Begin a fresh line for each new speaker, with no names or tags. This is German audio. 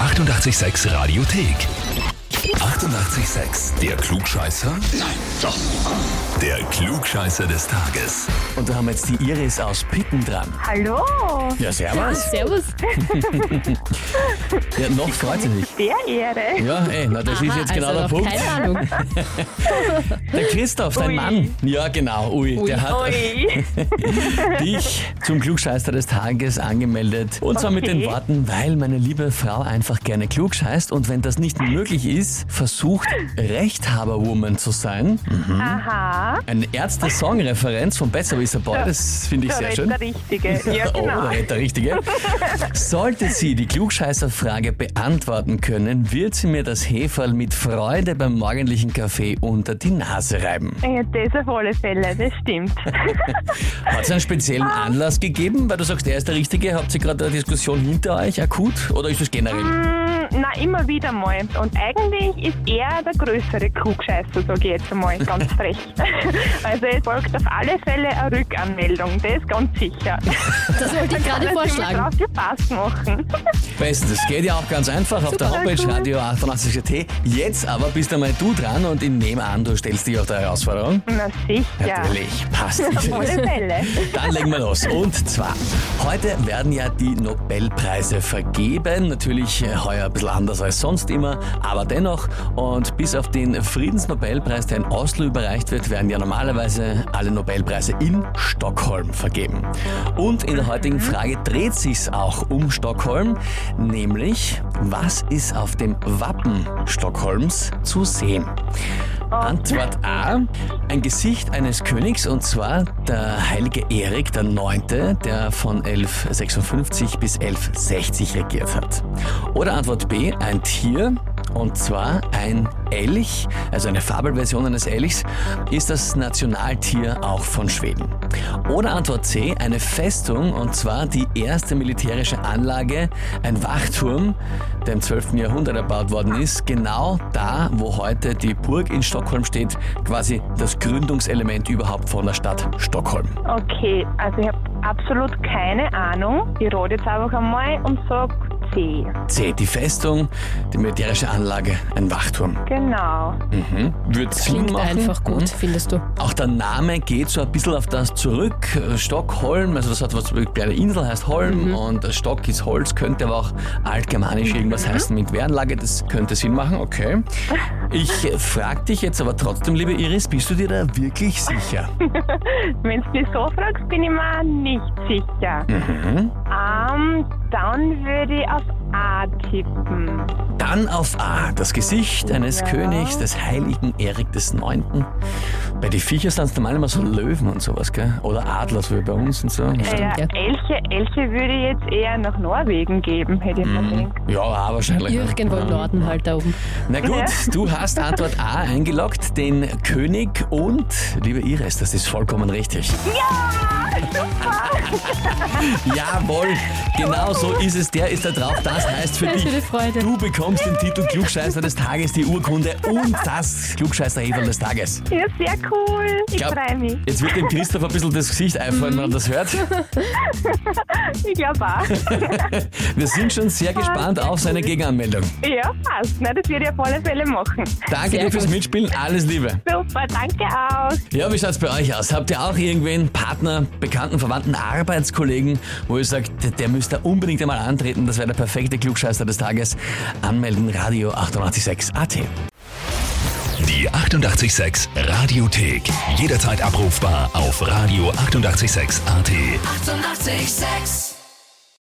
886 Radiothek. 88,6. Der Klugscheißer? Nein, doch. Der Klugscheißer des Tages.
Und da haben wir jetzt die Iris aus Pitten dran.
Hallo,
Ja, servus.
Servus.
Ja, noch freut sie sich.
der Ehre.
Ja, ey, na, das ist
Aha,
jetzt genau
also
der
auf
Punkt.
Keine Ahnung.
Der Christoph, dein
Ui.
Mann. Ja, genau, ui. Der hat
Ui,
dich zum Klugscheißer des Tages angemeldet. Und zwar mit den
Okay.
Worten, weil meine liebe Frau einfach gerne klugscheißt und wenn das nicht möglich ist, versucht Rechthaberwoman zu sein.
aha.
Eine Ärzte-Song-Referenz von Besserwisser Boy, das finde ich sehr
Korrekt,
schön.
Der Richtige. Ja,
Oh,
genau.
da hätte der Richtige. Sollte sie die Klugscheißerfrage beantworten können, wird sie mir das Heferl mit Freude beim morgendlichen Kaffee unter die Nase reiben.
Ja, das auf alle Fälle, das stimmt.
Hat es einen speziellen Anlass gegeben, weil du sagst, er ist der Richtige? Habt ihr gerade eine Diskussion hinter euch akut oder ist das generell?
Hm, Na, immer wieder mal. Und eigentlich ist er der größere Klugscheißer, sage ich jetzt einmal ganz frech. Also es folgt auf alle Fälle eine Rückanmeldung, das ist ganz sicher.
Das wollte ich gerade vorschlagen.
Drauf Spaß machen.
Bestens, geht ja auch ganz einfach auf der Homepage
cool.
Radio 88.at. Jetzt aber bist einmal du dran und ich nehme an, du stellst dich auf der Herausforderung.
Na sicher.
Natürlich, passt.
Auf alle Fälle.
Dann legen wir los. Und zwar, heute werden ja die Nobelpreise vergeben. Natürlich äh, heuer ein bisschen anders als sonst immer, aber dennoch. Und bis auf den Friedensnobelpreis, der in Oslo überreicht wird, werden ja normalerweise alle Nobelpreise in Stockholm vergeben. Und in der heutigen Frage dreht sich's auch um Stockholm, nämlich, was ist auf dem Wappen Stockholms zu sehen? Antwort A. Ein Gesicht eines Königs und zwar der heilige Erik der Neunte, der von 1156 bis 1160 regiert hat. Oder Antwort B. Ein Tier und zwar ein Elch, also eine Fabelversion eines Elchs, ist das Nationaltier auch von Schweden. Oder Antwort C. Eine Festung und zwar die erste militärische Anlage, ein Wachturm, der im 12. Jahrhundert erbaut worden ist, genau da, wo heute die Burg in Stockholm steht, quasi das Gründungselement überhaupt von der Stadt Stockholm.
Okay, also ich habe absolut keine Ahnung. Ich rate jetzt einfach einmal und sage C.
C. Die Festung, die militärische Anlage, ein Wachturm.
Genau.
Mhm. Wird Sinn
Klingt
machen.
einfach
Mhm.
gut, findest du?
Auch der Name geht so ein bisschen auf das zurück. Äh, Stockholm, also das hat was, eine kleine Insel heißt Holm
Mhm.
und das Stock ist Holz, könnte aber auch altgermanisch irgendwas heißen mit Wehranlage, das könnte Sinn machen, okay. Ich frage dich jetzt aber trotzdem, liebe Iris, bist du dir da wirklich sicher?
Wenn du mich so fragst, bin ich mir nicht sicher.
Mhm.
Ähm, dann würde ich auf A tippen.
Dann auf A, das Gesicht eines
Ja.
Königs, des heiligen Erik des Neunten. Bei den Viecher sind es normal immer so Löwen und sowas, gell? Oder Adler, so wie bei uns und so.
Stimmt,
ja,
ja.
Elche, Elche würde ich jetzt eher nach Norwegen geben, hätte ich
Mhm.
mir gedacht.
Ja, A wahrscheinlich. ne?
Irgendwo im
Ja.
Norden halt da oben.
Na gut, du hast Antwort A eingeloggt, den König und, liebe Iris, das ist vollkommen richtig. Ja! Jawohl, genau so ist es, der ist da drauf. Das heißt für
Das ist
dich,
eine Freude.
du bekommst den Titel Klugscheißer des Tages, die Urkunde und das klugscheißer des Tages.
Ja, sehr cool. Ich
glaub-
freue mich.
Jetzt wird dem Christoph ein bisschen das Gesicht einfallen, wenn er das hört.
Ich glaube auch.
Wir sind schon sehr gespannt auf seine Gegenanmeldung.
ja, passt. Nein, das würde ich auf alle Fälle machen.
Danke
Sehr
dir fürs
gut.
Mitspielen, alles Liebe.
Super, danke auch.
Ja, wie schaut's bei euch aus? Habt ihr auch irgendwen, Partner, Bekannten, Verwandten, Arbeitskollegen, wo ihr sagt, der, der müsst da unbedingt einmal antreten, das wäre der perfekte Klugscheißer des Tages? Anmelden, Radio 886 AT.
Die 88,6 Radiothek. Jederzeit abrufbar auf radio886.at. 88,6.
Eighty-eight, sex.